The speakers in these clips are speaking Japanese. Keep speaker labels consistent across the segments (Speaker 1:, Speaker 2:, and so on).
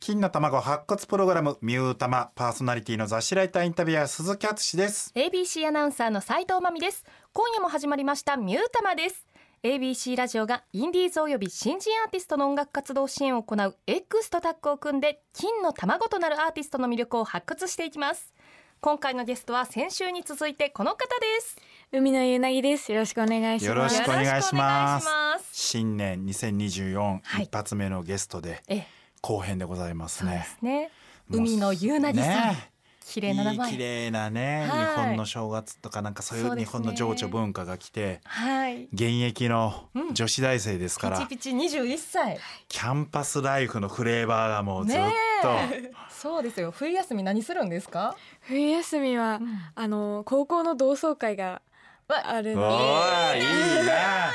Speaker 1: 金の卵発掘プログラムミュータマパーソナリティの雑誌ライターインタビュアー鈴木敦です。
Speaker 2: ABC アナウンサーの斉藤真美です今夜も始まりましたミュータマです ABC ラジオがインディーズおよび新人アーティストの音楽活動支援を行う X とタッグを組んで金の卵となるアーティストの魅力を発掘していきます今回のゲストは先週に続いてこの方です
Speaker 3: 海のゆなぎです。よろしくお願いします。
Speaker 1: よろしくお願いします
Speaker 2: よろしくお願いします
Speaker 1: 新年2024
Speaker 2: はい
Speaker 1: 一発目のゲストで
Speaker 2: ええ
Speaker 1: 後編でございます
Speaker 2: そうで
Speaker 1: ね。
Speaker 2: すね
Speaker 1: もう
Speaker 2: 海のゆうなぎさん
Speaker 1: ね
Speaker 2: 綺
Speaker 1: い
Speaker 2: 麗な名
Speaker 1: い
Speaker 2: 前
Speaker 1: 綺麗なね日
Speaker 2: はい
Speaker 1: 本の正月とかなんかそうい
Speaker 2: そうう
Speaker 1: 日
Speaker 2: ですね
Speaker 1: 本の情緒文化が来て
Speaker 2: はい
Speaker 1: 現役の
Speaker 2: うん
Speaker 1: 女子大生ですか
Speaker 2: ピチ
Speaker 1: ら
Speaker 2: ピチ21歳
Speaker 1: キャンパスライフのフレーバーがもうずっ
Speaker 2: ね
Speaker 1: と
Speaker 2: えそうですよ冬休み何するんですか
Speaker 3: 冬休みは、あの高校の同窓会が
Speaker 2: わ
Speaker 3: ある
Speaker 1: お
Speaker 3: ので、
Speaker 1: ーいいない
Speaker 2: いな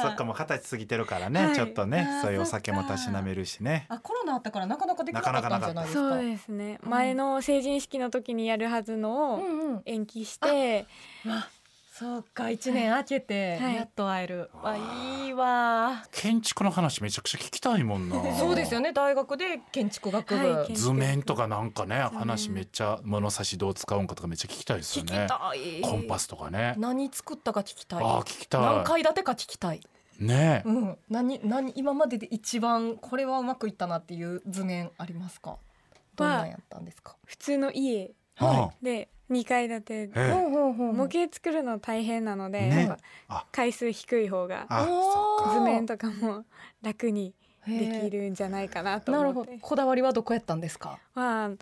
Speaker 2: あ
Speaker 1: そっかもう二十歳過ぎてるからね、
Speaker 3: はい
Speaker 1: ちょっとね
Speaker 2: あー
Speaker 1: そういうお
Speaker 2: そっか
Speaker 1: 酒もたしなめるしね
Speaker 2: あコロナあったからなかなかできなかったんじゃないですか。
Speaker 3: そうですね。
Speaker 2: うん
Speaker 3: 前の成人式の時にやるはずの
Speaker 2: う
Speaker 3: を
Speaker 2: んうん。
Speaker 3: 延期して、
Speaker 2: あそうか一年明けて
Speaker 3: はい
Speaker 2: やっと会える。
Speaker 1: は
Speaker 2: わ
Speaker 1: い
Speaker 2: いいわ。
Speaker 1: 建築の話めちゃくちゃ聞きたいもんな
Speaker 2: そうですよね大学で建築学部。
Speaker 3: はい建築
Speaker 1: 図面とかなんかね
Speaker 3: 図面
Speaker 1: 話めっちゃ物差しどう使うんかとかめっちゃ聞きたいですよ
Speaker 2: 聞き
Speaker 1: ね
Speaker 2: たい。
Speaker 1: コンパスとかね
Speaker 2: 何作ったか聞きたい。
Speaker 1: あー聞きた
Speaker 2: 何階建てか聞きたい。
Speaker 1: いねえ
Speaker 2: うん。何何今までで一番これはうまくいったなっていう図面ありますか。どんなんやったんですか。
Speaker 3: 普通の家
Speaker 1: は
Speaker 3: で2階建て、
Speaker 1: ええ
Speaker 2: ほうほう
Speaker 3: 模型作るの大変なので、
Speaker 1: ね
Speaker 3: やっ
Speaker 1: あ
Speaker 3: ぱ回数低い方が
Speaker 1: あそ
Speaker 2: お
Speaker 1: っ
Speaker 2: ー
Speaker 1: か
Speaker 3: 図面とかも楽にでき
Speaker 2: へ
Speaker 3: るんじゃないかな
Speaker 2: え
Speaker 3: と
Speaker 2: なる
Speaker 3: 思
Speaker 2: ほ
Speaker 3: っ
Speaker 2: ど
Speaker 3: て。
Speaker 2: こだわりはどこやったんですか。
Speaker 3: まあちっ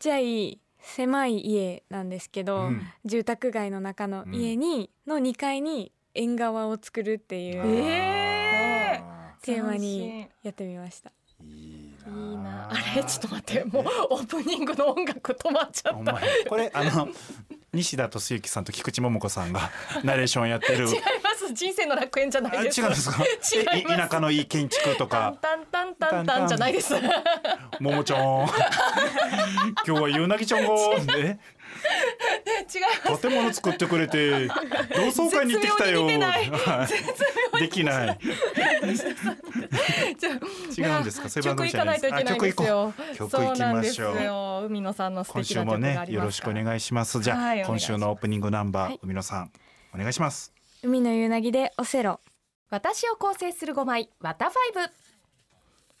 Speaker 3: ちゃい狭い家なんですけど。
Speaker 1: うん
Speaker 3: 住宅街の中の家に、の2階に縁側を作るってい
Speaker 1: あ
Speaker 3: う
Speaker 1: ー
Speaker 2: え
Speaker 3: テーマ
Speaker 2: 斬
Speaker 3: に
Speaker 2: 新
Speaker 3: やってみました。
Speaker 1: いい
Speaker 2: いい
Speaker 1: な
Speaker 2: な
Speaker 1: あ
Speaker 2: あれちょっと待ってもうオープニングの音楽止まっちゃ
Speaker 1: お
Speaker 2: っ
Speaker 1: 前
Speaker 2: た
Speaker 1: これあ の西田敏行さんと菊池桃子さんがナレーションやってる
Speaker 2: 違います人生の楽園じゃな
Speaker 1: あ
Speaker 2: い
Speaker 1: 違うん
Speaker 2: で
Speaker 1: ですすか
Speaker 2: 違います
Speaker 1: え田舎のいい建築と
Speaker 2: タン
Speaker 1: か
Speaker 2: タンタンタンタンじゃないです
Speaker 1: ももちゃん 今日はゆなぎちゃんがね
Speaker 2: 違いま
Speaker 1: 建物作ってくれ て同窓会に行ってきたよ
Speaker 2: 絶妙に似てない
Speaker 1: はいできない
Speaker 2: すじゃ
Speaker 1: 違うんですかそういう番組
Speaker 2: 曲行
Speaker 1: じゃな
Speaker 2: かないいと
Speaker 1: です
Speaker 2: いけないんです
Speaker 1: あ
Speaker 2: よ
Speaker 1: 曲行こう
Speaker 2: そうなん
Speaker 1: 曲行きま
Speaker 2: で
Speaker 1: し
Speaker 2: す
Speaker 1: ょう
Speaker 2: よ海野さんの素
Speaker 1: 今
Speaker 2: 敵
Speaker 1: 週
Speaker 2: な
Speaker 1: も
Speaker 2: 曲が
Speaker 1: ね
Speaker 2: あり
Speaker 1: よろ
Speaker 2: ま
Speaker 1: し
Speaker 2: す
Speaker 1: く
Speaker 2: か
Speaker 1: お
Speaker 2: ら
Speaker 1: 願いしますじゃあ、
Speaker 2: はいお
Speaker 1: 今
Speaker 2: 願いします
Speaker 1: 週のオープニングナンバー、
Speaker 3: はい
Speaker 1: 海野さんお願いします
Speaker 3: 海の夕凪でオセロ。
Speaker 2: 私を構成する5枚ワタファイブ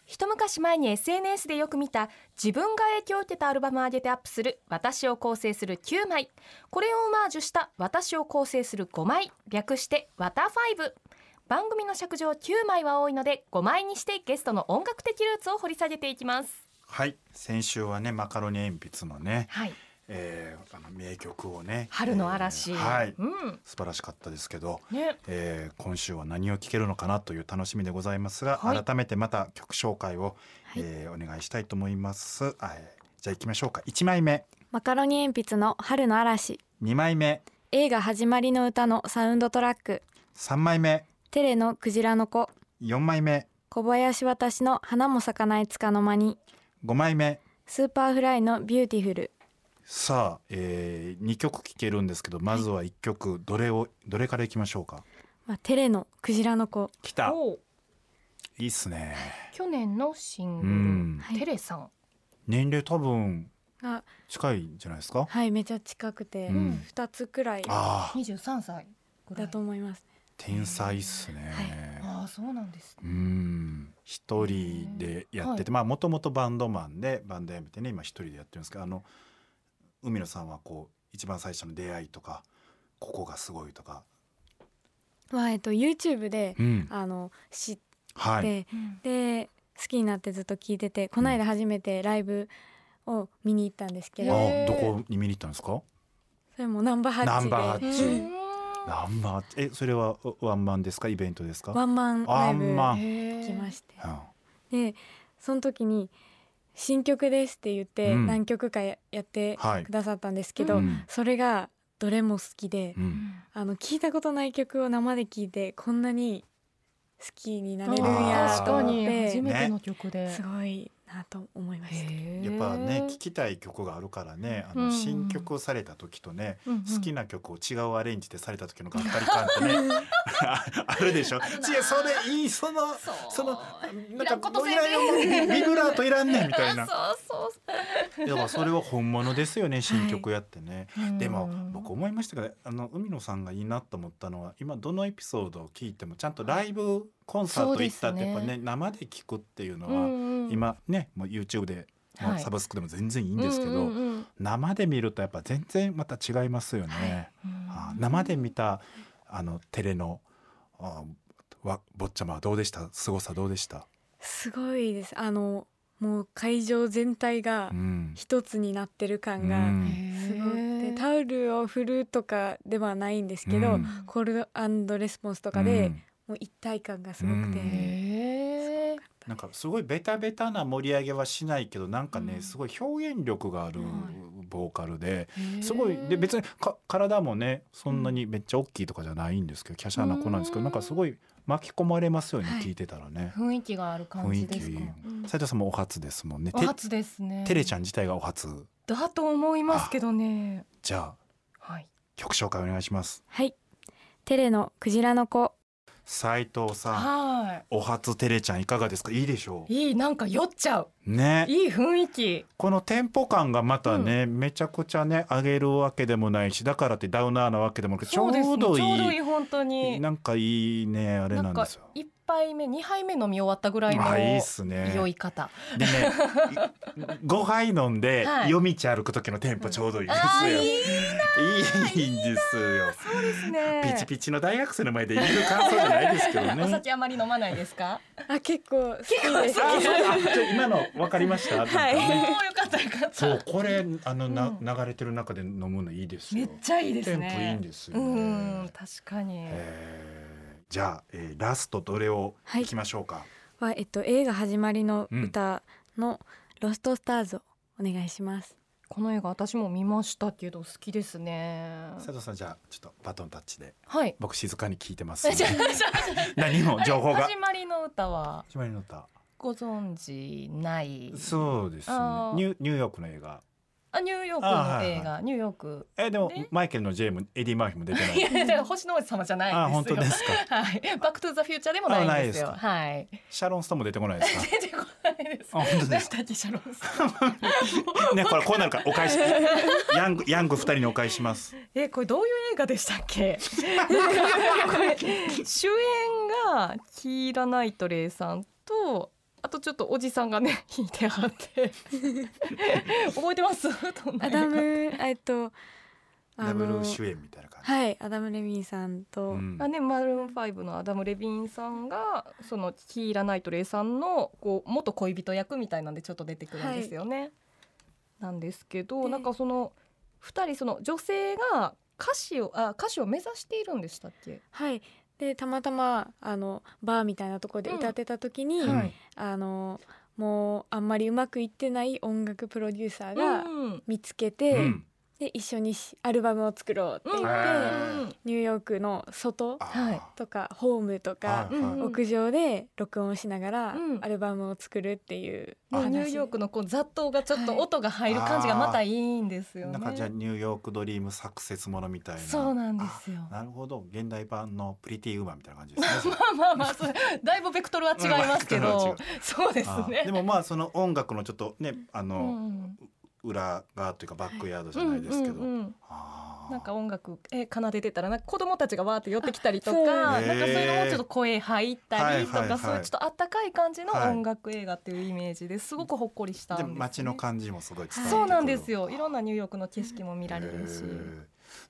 Speaker 2: 一昔前に SNS でよく見た自分が影響を受けたアルバムを上げてアップする私を構成する9枚これをオマージュした私を構成する5枚略してワタファイブ番組の尺上9枚は多いので5枚にしてゲストの音楽的ルーツを掘り下げていきます
Speaker 1: はい先週はねマカロニ鉛筆のね、
Speaker 2: はい
Speaker 1: えー、あの名曲をね
Speaker 2: 春の嵐、
Speaker 1: えーはい
Speaker 2: うん
Speaker 1: 素晴らしかったですけど、
Speaker 2: ね
Speaker 1: えー今週は何を聴けるのかなという楽しみでございますが、
Speaker 2: はい
Speaker 1: 改めてまた曲紹介を、えーお願いしたいと思います。あえーじゃあ行きましょうか。1枚目、
Speaker 3: マカロニ鉛筆の春の嵐。
Speaker 1: 2枚目、
Speaker 3: 映画始まりの歌のサウンドトラック。
Speaker 1: 3枚目、
Speaker 3: テレのクジラの子。
Speaker 1: 4枚目、
Speaker 3: 小林私の花も咲かないつかの間に。
Speaker 1: 5枚目。
Speaker 3: スーパーフライのビューティフル。
Speaker 1: さあ、え2曲聴けるんですけど、まずは1曲、どれをどれからいきましょうか。
Speaker 3: まあ、テレのクジラの子。
Speaker 1: 来た。
Speaker 2: おう
Speaker 1: いいっすね。
Speaker 2: 去年のシン
Speaker 1: う
Speaker 2: グル、
Speaker 1: ん。
Speaker 3: はい
Speaker 2: テレさん
Speaker 1: 年齢多分
Speaker 3: が、
Speaker 1: 近いんじゃないですか。
Speaker 3: はい、めちゃ近くて、
Speaker 1: う
Speaker 3: 二
Speaker 1: ん
Speaker 3: つくらい
Speaker 1: ああ、
Speaker 2: 23歳ぐらい
Speaker 3: だと思います。
Speaker 1: 天才っすね。
Speaker 2: ああそうなんですね
Speaker 1: うん一人でやってて、まあもともとバンドマンでバンドやめてね今一人でやってるんですけどあの海野さんはこう一番最初の出会いとかここがすごいとか、
Speaker 3: まあ、えっと、YouTube で、
Speaker 1: うん、
Speaker 3: あの、知って、
Speaker 1: はい
Speaker 3: で好きになってずっと聞いててこの間初めてライブを見に行ったんですけ
Speaker 1: あ
Speaker 2: へ
Speaker 3: ど、
Speaker 2: ー
Speaker 1: どこに見に行ったんですか
Speaker 3: それもナンバーハ
Speaker 1: ナンバーハ
Speaker 3: ッチで
Speaker 1: ッ
Speaker 2: う
Speaker 1: チ
Speaker 2: ーん
Speaker 1: ナンバーえそれはおワンマンですかイベントですか、
Speaker 3: ワンマンラ
Speaker 1: ワ
Speaker 3: イブ
Speaker 1: ンマン
Speaker 2: へー
Speaker 3: 行きまして
Speaker 1: うん
Speaker 3: でその時に「新曲です」って言って
Speaker 1: うん
Speaker 3: 何曲かややって
Speaker 1: はい
Speaker 3: くださったんですけ
Speaker 1: う
Speaker 3: ど、
Speaker 1: ん
Speaker 3: それがどれも好きで、
Speaker 1: う、
Speaker 2: うんん
Speaker 3: あの聞いたことない曲を生で聞いてこんなに好きになれるん
Speaker 1: あー
Speaker 3: や
Speaker 2: 確
Speaker 3: と
Speaker 2: か
Speaker 3: 思っ
Speaker 2: に
Speaker 3: て
Speaker 2: 初めての曲で、
Speaker 3: すごいなと思いました。
Speaker 1: やっぱね聴
Speaker 2: 聞
Speaker 1: きたい曲があるからねあ
Speaker 2: う
Speaker 1: の
Speaker 2: ん
Speaker 1: 新曲をされた時とね、好き
Speaker 2: な
Speaker 1: な曲を違うアレンジでされた時のがっかり感ってね あるでしょ違
Speaker 2: るな
Speaker 1: うそれいいその
Speaker 2: そう
Speaker 1: その
Speaker 2: いらんことせ
Speaker 1: もう
Speaker 2: んで
Speaker 1: いらんよビブラートいらんねんみたいな
Speaker 2: そうそうそ
Speaker 1: やっぱそれは本物ですよね新曲やってね、
Speaker 2: う
Speaker 1: で
Speaker 2: う
Speaker 1: も
Speaker 2: ん
Speaker 1: 僕思いましたけどあの海野さんがいいなと思ったのは今どのエピソードを聞いてもちゃんとライブコンサート行ったってやっぱ
Speaker 2: そうで
Speaker 1: ね
Speaker 2: す
Speaker 1: 生で聞くっていうの
Speaker 2: う
Speaker 1: は
Speaker 2: んうん
Speaker 1: 今ねもう YouTube で、まあ
Speaker 2: はい
Speaker 1: サブスクでも全然いいんですけど、
Speaker 2: うんうんうん
Speaker 1: 生で見るとやっぱ全然また違いますよね。あ生で見たあのテレのあわぼっちゃまはどうでした凄さどうでした、
Speaker 3: すごいです。あのもう会場全体が
Speaker 1: うん
Speaker 3: 一つになってる
Speaker 1: う
Speaker 3: 感が
Speaker 1: ん
Speaker 3: すごくて、タオルを振るとかではないんですけど、
Speaker 1: うん
Speaker 3: コールドレスポンスとかで、もう一体感がすごくて、
Speaker 1: うん
Speaker 2: へえ
Speaker 1: なんかすごいベタベタな盛り上げはしないけどなんかね、
Speaker 3: うん
Speaker 1: すごい表現力がある
Speaker 3: はい
Speaker 1: ボーカルで、すごいで別にか体もねそんなにめっちゃ大きいとかじゃないんですけど、華奢な子なんですけど
Speaker 2: うん
Speaker 1: なんかすごい巻き込まれますよね、
Speaker 3: はい
Speaker 1: 聞いてたらね
Speaker 2: 雰囲気がある感
Speaker 1: 雰囲
Speaker 2: じ
Speaker 1: 気
Speaker 2: ですか。
Speaker 3: うん
Speaker 1: 斉藤さんもお初ですもんね
Speaker 2: お初ですね。
Speaker 1: てテレちゃん自体がお初
Speaker 2: だと思いますけどね。
Speaker 1: じゃあ
Speaker 2: はい。
Speaker 1: 曲紹介お願いします
Speaker 3: はい。テレのクジラの子
Speaker 1: 斉藤さん
Speaker 2: は
Speaker 1: お初テレちゃんいかがですかいいでしょ
Speaker 2: い。いいなんか酔っちゃう。
Speaker 1: うね
Speaker 2: いい雰囲気。
Speaker 1: このテンポ感がまたね、めちゃくちゃね上げるわけでもないしだからってダウナーなわけでもなくちょ
Speaker 2: そううですね
Speaker 1: どい
Speaker 2: ちょうど
Speaker 1: い
Speaker 2: いい本当に。
Speaker 1: なんかいいねあれなんですよ。
Speaker 2: 一杯目二杯目飲み終わったぐらいの
Speaker 1: あいいっすね。
Speaker 2: 酔い方。
Speaker 1: でね5杯飲んで、
Speaker 2: はい
Speaker 1: 夜道歩く時のテンポちょうどいいです
Speaker 2: あ
Speaker 1: よ。
Speaker 2: ーい
Speaker 1: い
Speaker 2: い
Speaker 1: いんですよ。
Speaker 2: そうですね。
Speaker 1: ピチピチの大学生の前で言える感想じゃないですけど
Speaker 2: お
Speaker 1: ね。
Speaker 2: 酒あまり飲まないですか。
Speaker 3: あ結構好きです
Speaker 1: あそうだちょ今の分かりました。なんか
Speaker 3: はい
Speaker 2: お
Speaker 1: ね
Speaker 2: ーよかったよかっ
Speaker 1: そう
Speaker 2: た。
Speaker 1: これあのな、
Speaker 2: うん
Speaker 1: 流れてる中で飲むのいいです
Speaker 2: め
Speaker 1: よ。
Speaker 2: っちゃいいです
Speaker 1: テンポ
Speaker 2: ね。
Speaker 1: いいんですよ、ね。
Speaker 2: うん確かに。
Speaker 1: えーじゃあ、えーラストどれを
Speaker 3: はい
Speaker 1: いきましょうか。
Speaker 3: はえっと映画始まりの歌のロストスターズをお願いします。
Speaker 2: この映画私も見ましたけど好きですね。
Speaker 1: 佐藤さんじゃあちょっとバトンタッチで
Speaker 2: はい。
Speaker 1: 僕静かに聞いてますん
Speaker 2: じゃ
Speaker 1: で、
Speaker 2: じゃじゃ
Speaker 1: 何も情報が
Speaker 2: 始まりの歌は
Speaker 1: 始まりの歌
Speaker 2: ご存知ない。
Speaker 1: そうですね
Speaker 2: あー
Speaker 1: ニュニューヨークの映画
Speaker 2: あニューヨーク
Speaker 1: あ
Speaker 2: の
Speaker 1: はいはい
Speaker 2: 映画ニューヨーク。
Speaker 1: えでも
Speaker 2: ね
Speaker 1: マイケルのジェームエディ・マーフィーも出てないい
Speaker 2: やいや星の王子様じゃないんですよ。
Speaker 1: あ本当ですか
Speaker 2: はい。バックトゥザフューチャーでもないんですよ。
Speaker 1: あ
Speaker 2: はい。
Speaker 1: シャロン・ストーンも出てこない ですか
Speaker 2: 出てこないです。
Speaker 1: あ本当ですか
Speaker 2: だってシャロンさん。
Speaker 1: ねこれこうなるからお返しヤングヤング二人にお返しします
Speaker 2: えこれどういう映画でしたっ けこれ主演がキーラ・ナイトレイさんとあとちょっとおじさんがね弾いてはって 覚えてますどんな
Speaker 3: ア
Speaker 2: 映画
Speaker 3: ダムえっと
Speaker 1: ダ
Speaker 3: あ
Speaker 1: ブ
Speaker 3: の
Speaker 1: ル主演みたいな感じ、
Speaker 3: はいアダムレミーさんと、
Speaker 1: うん
Speaker 2: あね、マルーン5のアダム・レビンさんがそのキーラ・ナイトレイさんのこう元恋人役みたいなんでちょっと出てくるんですよね。なんですけど、
Speaker 3: で
Speaker 2: なんかその2人その女性が歌手をあ歌手を目指しているんでしたっけ、
Speaker 3: はいでたまたまあのバーみたいなところで歌ってた時に、
Speaker 1: うん
Speaker 2: はい
Speaker 3: あのもうあんまりうまくいってない音楽プロデューサーが
Speaker 2: うん
Speaker 3: 見つけて、
Speaker 1: うん
Speaker 3: で一緒にしアルバムを作ろうって言って、
Speaker 1: うん
Speaker 3: ニューヨークの外
Speaker 1: あ
Speaker 2: は
Speaker 1: ー
Speaker 2: い
Speaker 3: とかホームとか
Speaker 1: はいはい
Speaker 2: うん
Speaker 3: 屋上で録音しながら
Speaker 2: うん
Speaker 3: アルバムを作るっていうお
Speaker 2: もう
Speaker 3: 話
Speaker 2: ニューヨークのこう雑踏がちょっと
Speaker 3: はい
Speaker 2: 音が入る感じがまたいいんですよね。
Speaker 1: なんかじゃあニューヨークドリーム作説ものみたいな
Speaker 2: そうなんですよ
Speaker 1: あなるほど現代版のプリティウーマンみたいな感じです ね
Speaker 2: まあまあそうだいぶベクトルは違いますけ
Speaker 1: うん
Speaker 2: ど
Speaker 1: ベクト、
Speaker 2: そうです
Speaker 1: あー
Speaker 2: ね
Speaker 1: で。もまあその音楽のちょっとねあ
Speaker 2: う
Speaker 1: の、
Speaker 2: ん
Speaker 1: 裏側というかバックヤードじゃないですけど、
Speaker 2: うんうんうん
Speaker 1: あー
Speaker 2: なんか音楽え奏でてたらなんか子供たちがわーって寄ってきたりと
Speaker 3: あそう
Speaker 2: かなんか
Speaker 1: へー
Speaker 2: そういうのもちょっと声入ったりと
Speaker 1: はいはいは
Speaker 2: か
Speaker 1: い
Speaker 2: そういうちょっとあったかい感じの
Speaker 1: はい
Speaker 2: 音楽映画っていうイメージですごくほっこりしたん
Speaker 1: で
Speaker 2: ですね
Speaker 1: 街の感じもすごい伝わってくる
Speaker 2: そうなんですよいろんなニューヨークの景色も見られるし
Speaker 1: へー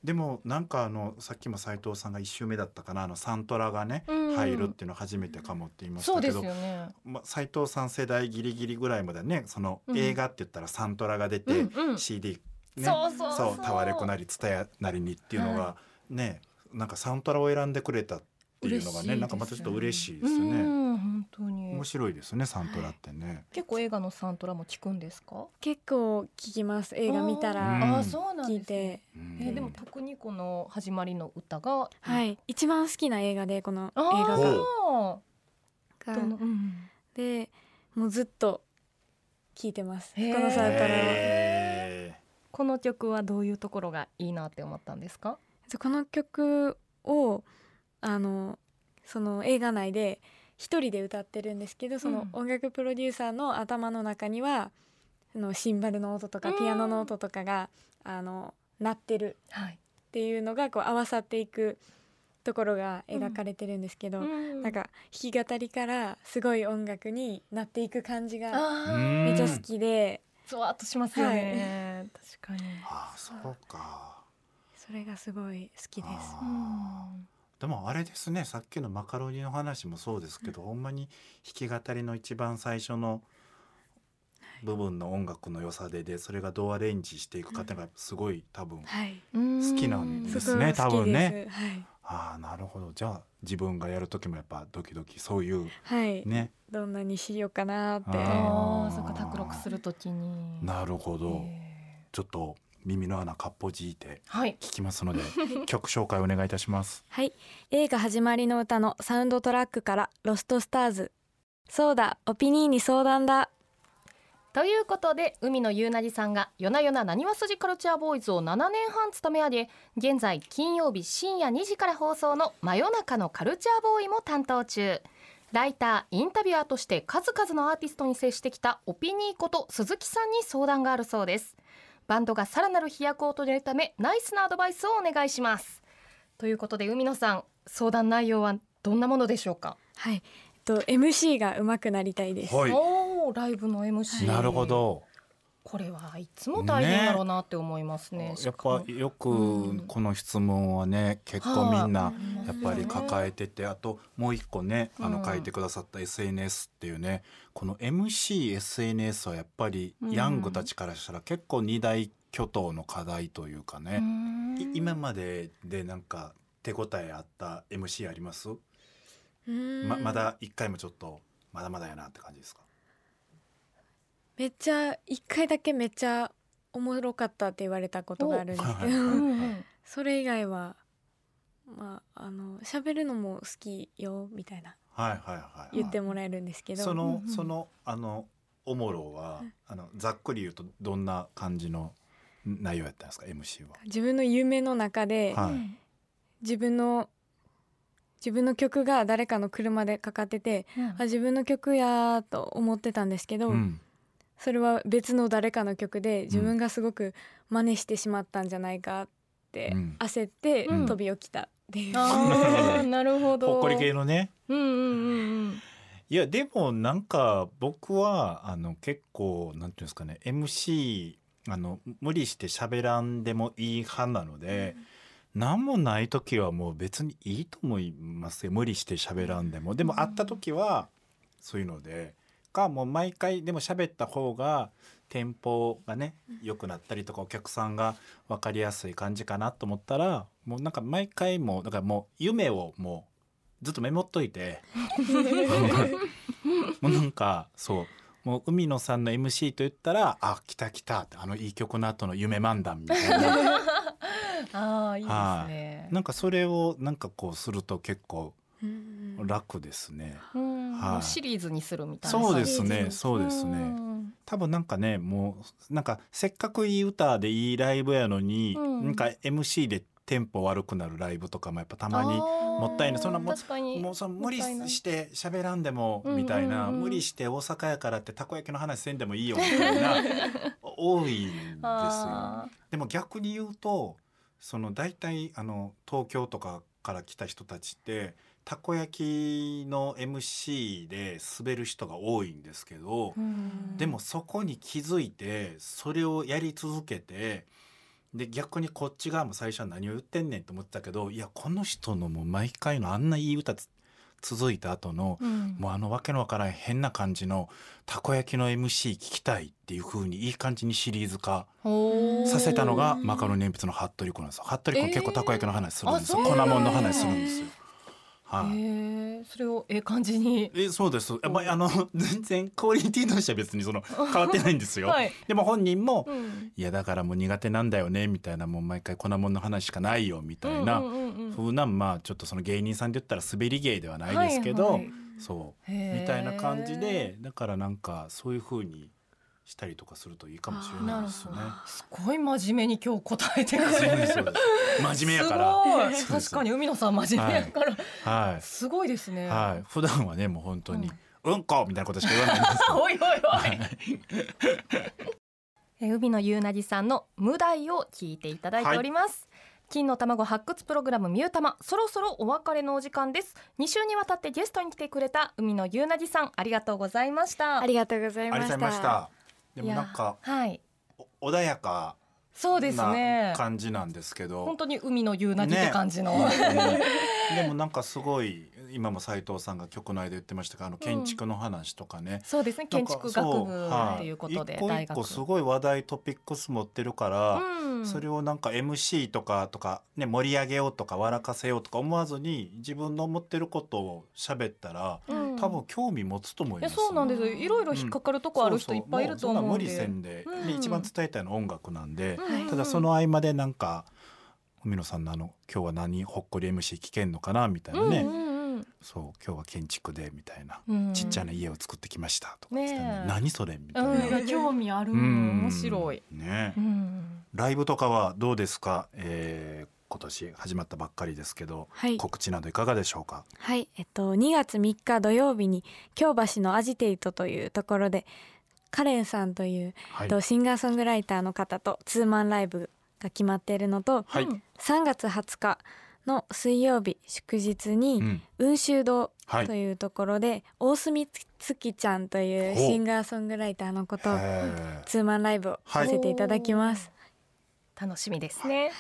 Speaker 1: でもなんかあのさっきも斉藤さんが一周目だったかなあのサントラがね、
Speaker 2: うん
Speaker 1: 入るっていうの初めてかもって言いまし
Speaker 2: そ
Speaker 1: た
Speaker 2: う
Speaker 1: け
Speaker 2: です
Speaker 1: ど、
Speaker 2: よね
Speaker 1: まあ、斉藤さん世代ギリギリぐらいまでねその
Speaker 2: うん
Speaker 1: 映画って言ったらサントラが出て、
Speaker 2: うんうん
Speaker 1: CD ね
Speaker 2: そうそうそう
Speaker 1: タワレコなりツタヤなりにっていうのが、
Speaker 2: は
Speaker 1: ねなんかサントラを選んでくれたっていうのが
Speaker 2: 嬉し
Speaker 1: ね
Speaker 2: いです
Speaker 1: なんかまたちょっと嬉しいですよね。
Speaker 2: うん本当に
Speaker 1: 面白いですねサントラってね。
Speaker 2: 結構映画のサントラも聞くんですか
Speaker 3: 結構聞きます映画見た
Speaker 1: うん
Speaker 3: ら
Speaker 2: あーそうなん
Speaker 3: 聞い
Speaker 2: ですね
Speaker 3: て、
Speaker 1: うん
Speaker 2: えーでも特にこの始まりの歌が
Speaker 3: はい一番好きな映画でこの映
Speaker 2: あ
Speaker 3: 画
Speaker 1: ほ
Speaker 2: ー
Speaker 3: が
Speaker 2: どのうん
Speaker 3: でもうずっと聴いてます
Speaker 2: へー
Speaker 3: 深野さんからは
Speaker 1: え
Speaker 2: この曲はどういうところがいいなって思ったんですか
Speaker 3: この曲をあのその映画内で一人で歌ってるんですけどその
Speaker 2: うん
Speaker 3: 音楽プロデューサーの頭の中には、そのシンバルの音とか
Speaker 2: うん
Speaker 3: ピアノの音とかが、あの鳴ってる
Speaker 2: はい、
Speaker 3: っていうのがこう合わさっていくところが描かれてるんですけど、なんか弾き語りからすごい音楽になっていく感じが
Speaker 1: ー
Speaker 2: あ
Speaker 1: う
Speaker 2: ー
Speaker 1: ん
Speaker 3: めっちゃ好きで、
Speaker 2: ゾワッとしますよね、確かに
Speaker 1: ああそうか
Speaker 3: それがすごい好きです。
Speaker 1: あーでもあれですねさっきのマカロニの話もそうですけど、ほんまに弾き語りの一番最初の部分の音楽の良さででそれがどうアレンジしていく過程がすごい多分
Speaker 3: はい、
Speaker 2: 好
Speaker 1: 好きなんです
Speaker 3: ごい
Speaker 1: ね
Speaker 3: 好き
Speaker 1: 多分ね
Speaker 3: ですはい
Speaker 1: ああなるほどじゃあ自分がやる時もやっぱドキドキそういう
Speaker 3: はい、
Speaker 1: ね
Speaker 3: どんなにしようかなって。
Speaker 1: あ
Speaker 2: ああ、そっか卓録するときに。
Speaker 1: なるほど、
Speaker 2: え
Speaker 1: ちょっと耳の穴かっぽじいて
Speaker 2: ーはい。
Speaker 1: 聞きます ので曲紹介お願いいたします
Speaker 3: はい映画始まりの歌のサウンドトラックからロストスターズそうだオピニーに相談だ
Speaker 2: ということで海野ゆうなぎさんが夜な夜ななにわ筋カルチャーボーイズを7年半務め上げ現在金曜日深夜2時から放送の「真夜中のカルチャーボーイ」も担当中ライターインタビュアーとして数々のアーティストに接してきたオピニーこと鈴木さんに相談があるそうですバンドがさらなる飛躍を遂げるためナイスなアドバイスをお願いしますということで海野さん相談内容はどんなものでしょうか
Speaker 3: はい、えっと、MC が上手くなりたいです
Speaker 1: はい
Speaker 2: おおライブの MC
Speaker 1: なるほど
Speaker 2: これはいつも大変だろうなって思いますね
Speaker 1: やっぱよ
Speaker 2: うん
Speaker 1: くこの質問はね結構みんな
Speaker 3: はい
Speaker 1: やっぱり抱えててあともう一個ねあ
Speaker 2: う
Speaker 1: の
Speaker 2: ん
Speaker 1: 書いてくださった SNS っていうねこの MCSNS はやっぱりヤングたちからしたら結構二大巨頭の課題というかねい今まででなんか手応えあった MC あります
Speaker 3: うーん
Speaker 1: ままだ一回もちょっとまだまだやなって感じですか
Speaker 3: めっちゃ一回だけめっちゃおもろかったって言われたことがあるんですけ
Speaker 1: お
Speaker 3: ど
Speaker 1: うんうん
Speaker 3: それ以外はまああの喋るのも好きよみたいな
Speaker 1: はいはいはい
Speaker 3: 言ってもらえるんですけど、
Speaker 1: そ
Speaker 2: うん
Speaker 1: の
Speaker 2: うん
Speaker 1: そのあのおもろはあのざっくり言うとどんな感じの内容やったんですか MC は。
Speaker 3: 自分の夢の中で、
Speaker 1: はい
Speaker 3: 自分の自分の曲が誰かの車でかかっててあ自分の曲やーと思ってたんですけど、
Speaker 1: うん
Speaker 3: それは別の誰かの曲で自分がすごく真似してしまったんじゃないかって
Speaker 1: うん
Speaker 3: 焦って
Speaker 2: うん
Speaker 3: 飛び起きたっていう、
Speaker 2: あーなるほど
Speaker 1: ほっこり系のね
Speaker 2: うんうんうんうん
Speaker 1: いやでもなんか僕はあの結構なんていうんですかね MC あの無理して喋らんでもいい派なので、何もない時はもう別にいいと思いますよ無理して喋らんでもでも会った時はそういうのでかもう毎回でも喋った方がテンポがね良くなったりとかお客さんが分かりやすい感じかなと思ったらもうなんか毎回もうだからもう夢をもうずっとメモっといて。 もうなんかそうもう海野さんの MC と言ったら「あ来た来た」ってあのいい曲の後の夢漫談みたい な
Speaker 2: ああいいですね
Speaker 1: なんかそれをなんかこうすると結構
Speaker 3: うんうん
Speaker 1: 楽ですね。
Speaker 2: うん
Speaker 1: はい
Speaker 2: もうシリーズにするみたいな
Speaker 1: そうです
Speaker 3: シリーズ
Speaker 1: ね
Speaker 3: の
Speaker 1: そうですね多分なんかねもうなんかせっかくいい歌でいいライブやのに、
Speaker 2: うん
Speaker 1: なんか MC でテンポ悪くなるライブとかもやっぱた
Speaker 2: た
Speaker 1: まに
Speaker 2: も
Speaker 1: もったいないそんなも
Speaker 2: 確かに
Speaker 1: もうその無理
Speaker 2: もったいない
Speaker 1: して喋らんでも
Speaker 2: うんうんうん
Speaker 1: みたいな、無理して大阪やからってたこ焼きの話せんでもいいよみたいな多いんですよ。
Speaker 2: あ
Speaker 1: でも逆に言うとその大体あの東京とかから来た人たちってたこ焼きの MC で滑る人が多いんですけど、
Speaker 2: ー
Speaker 1: でもそこに気づいてそれをやり続けてで逆にこっち側も最初は何を言ってんねんと思ってたけどいやこの人のもう毎回のあんないい歌つ続いた後の、
Speaker 2: うん
Speaker 1: もうあのわけのわからん変な感じのたこ焼きの MC 聞きたいっていう風にいい感じにシリーズ化
Speaker 2: ほー
Speaker 1: させたのが
Speaker 3: おー
Speaker 1: マカロニ鉛筆の服部君なんですよ服部君結構たこ焼きの話するんですよ、
Speaker 2: えーあそ
Speaker 1: 粉
Speaker 2: うなんや
Speaker 1: もんの話するんですよ。はい、
Speaker 2: へえそれをええ感じに
Speaker 1: えそうです、やっぱりあの 全然クオリティとしては別に その変わってないんですよ、
Speaker 2: はい
Speaker 1: でも本人も、
Speaker 2: うん
Speaker 1: いやだからもう苦手なんだよねみたいなもう毎回粉もんの話しかないよみたいな、
Speaker 2: うんうんうんうん
Speaker 1: ふうなまあちょっとその芸人さんで言ったら滑り芸ではないですけど、
Speaker 2: はいはい
Speaker 1: そう
Speaker 2: へー
Speaker 1: みたいな感じでだからなんかそういうふうにしたりとかするといいかもしれないですね。
Speaker 2: すごい真面目に今日答えてく
Speaker 1: そう
Speaker 2: れ
Speaker 1: で
Speaker 2: る
Speaker 1: すそうです真面目やから。
Speaker 2: すごい
Speaker 1: そうです
Speaker 2: 確かに海野さん真面目やから、
Speaker 1: は
Speaker 2: すごいですね、
Speaker 1: いはい。普段はねもう本当にうんこみたいなことしか言わないんですけ
Speaker 2: あ
Speaker 1: ど。
Speaker 2: おいおいおいえー海野ゆうなぎさんの無題を聞いていただいております、金の卵発掘プログラムミュータマそろそろお別れのお時間です二週にわたってゲストに来てくれた海野ゆうなぎさんありがとうございました
Speaker 3: ありがとうござい
Speaker 1: あ
Speaker 3: ま
Speaker 1: りが
Speaker 3: し。
Speaker 1: とうございましたた。でもなんか
Speaker 2: いやはい
Speaker 1: お穏やか
Speaker 2: そうですね
Speaker 1: な感じなんですけど。
Speaker 2: 本当に海のゆうなぎって感じの、
Speaker 1: う んでもなんかすごい今も斉藤さんが曲の間言ってましたがあの建築の話とかね、
Speaker 2: そうですね建築学部
Speaker 1: なんかそ
Speaker 2: っていうことで、
Speaker 1: は
Speaker 2: 大
Speaker 1: い、一個一
Speaker 2: 学
Speaker 1: 個すごい話題トピックス持ってるから、
Speaker 2: うん
Speaker 1: それをなんか MC とかとか、ね、盛り上げようとか笑かせようとか思わずに自分の思ってることを喋ったら
Speaker 2: うん
Speaker 1: 多分興味持つと思い
Speaker 2: いや
Speaker 1: ます、
Speaker 2: そうなんですよ
Speaker 3: うん
Speaker 2: いろいろ引っかかるとこある人
Speaker 1: そう
Speaker 2: い
Speaker 1: そ
Speaker 2: っぱいいると思う
Speaker 1: も
Speaker 2: ん
Speaker 1: う
Speaker 2: で
Speaker 1: そんな無理せんで、
Speaker 2: うん
Speaker 1: で一番伝えたいのは音楽なんで、
Speaker 2: うん
Speaker 1: ただその合間でなんか海野さんのあの「今日は何ほっこり MC 聞けんのかな」みたいなね、
Speaker 2: うんうんうん
Speaker 1: そう今日は建築でみたいな、
Speaker 2: うん
Speaker 1: ちっちゃな家を作ってきましたとか言ってたのに
Speaker 2: ねえ
Speaker 1: 何それみたいな、
Speaker 2: うんいや興味ある
Speaker 1: うん
Speaker 2: 面白い、
Speaker 1: ね
Speaker 2: う
Speaker 1: え
Speaker 2: ん、
Speaker 1: ライブとかはどうですか、えー今年始まったばっかりですけど、
Speaker 3: はい、
Speaker 1: 告知などいかがでしょうか
Speaker 3: はい、えっと2月3日土曜日に京橋のアジテイトというところでカレンさんという、
Speaker 1: は
Speaker 3: え
Speaker 1: い
Speaker 3: っとシンガーソングライターの方とツーマンライブが決まっているのと、
Speaker 1: はい、
Speaker 2: うん
Speaker 3: 3月20日の水曜日祝日
Speaker 1: う
Speaker 3: に
Speaker 1: ん
Speaker 3: 雲州堂
Speaker 1: はい
Speaker 3: というところで、大隅月ちゃんという
Speaker 1: ほう
Speaker 3: シンガーソングライターの子と
Speaker 1: へえ
Speaker 3: ツーマンライブをさせていただきます。
Speaker 2: 楽しみですね、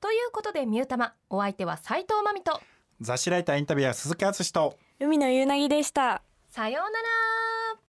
Speaker 2: ということでミュータマお相手は斉藤真美と
Speaker 1: 雑誌ライターインタビュアー鈴木敦史と
Speaker 3: 海の夕凪でした。
Speaker 2: さようなら